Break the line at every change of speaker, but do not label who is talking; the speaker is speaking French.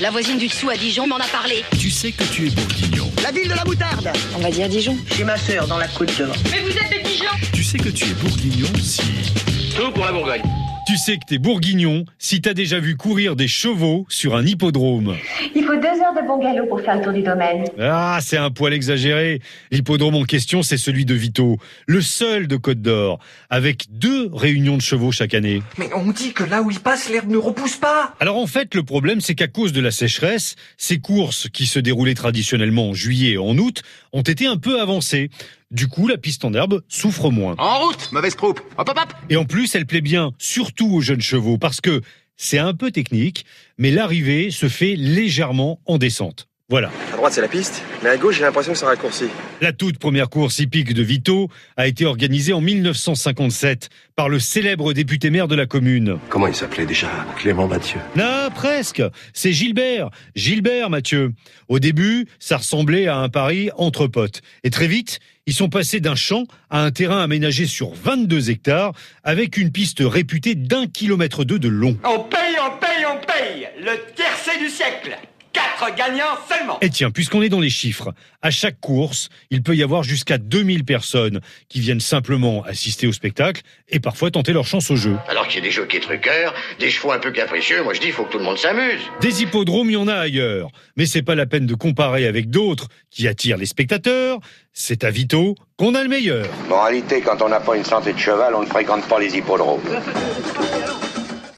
La voisine du dessous à Dijon m'en a parlé.
Tu sais que tu es bourguignon.
La ville de la moutarde
On va dire Dijon.
Chez ma sœur, dans la côte d'Or.
Mais vous êtes de Dijon
Tu sais que tu es bourguignon si...
Tout pour la Bourgogne.
Tu sais que t'es bourguignon si t'as déjà vu courir des chevaux sur un hippodrome.
Il faut deux heures de bon galop pour faire le tour du domaine.
Ah, c'est un poil exagéré. L'hippodrome en question, c'est celui de Vito, le seul de Côte d'Or, avec deux réunions de chevaux chaque année.
Mais on dit que là où ils passent, l'herbe ne repousse pas.
Alors en fait, le problème, c'est qu'à cause de la sécheresse, ces courses qui se déroulaient traditionnellement en juillet et en août ont été un peu avancées. Du coup, la piste en herbe souffre moins.
En route, mauvaise croupe. Hop, hop, hop.
Et en plus, elle plaît bien, surtout aux jeunes chevaux, parce que c'est un peu technique, mais l'arrivée se fait légèrement en descente. Voilà.
À droite, c'est la piste, mais à gauche, j'ai l'impression que ça raccourcit.
La toute première course hippique de Vito a été organisée en 1957 par le célèbre député-maire de la commune.
Comment il s'appelait déjà Clément Mathieu.
Ah, presque C'est Gilbert Gilbert Mathieu Au début, ça ressemblait à un pari entre potes. Et très vite, ils sont passés d'un champ à un terrain aménagé sur 22 hectares avec une piste réputée d'un kilomètre deux de long.
On paye, on paye, on paye Le tiercé du siècle Quatre gagnants seulement.
Et Eh tiens, puisqu'on est dans les chiffres, à chaque course, il peut y avoir jusqu'à 2000 personnes qui viennent simplement assister au spectacle et parfois tenter leur chance au jeu.
Alors qu'il y a des jockeys truqueurs, des chevaux un peu capricieux, moi je dis, il faut que tout le monde s'amuse.
Des hippodromes, il y en a ailleurs. Mais c'est pas la peine de comparer avec d'autres qui attirent les spectateurs. C'est à Vito qu'on a le meilleur.
Moralité, quand on n'a pas une santé de cheval, on ne fréquente pas les hippodromes.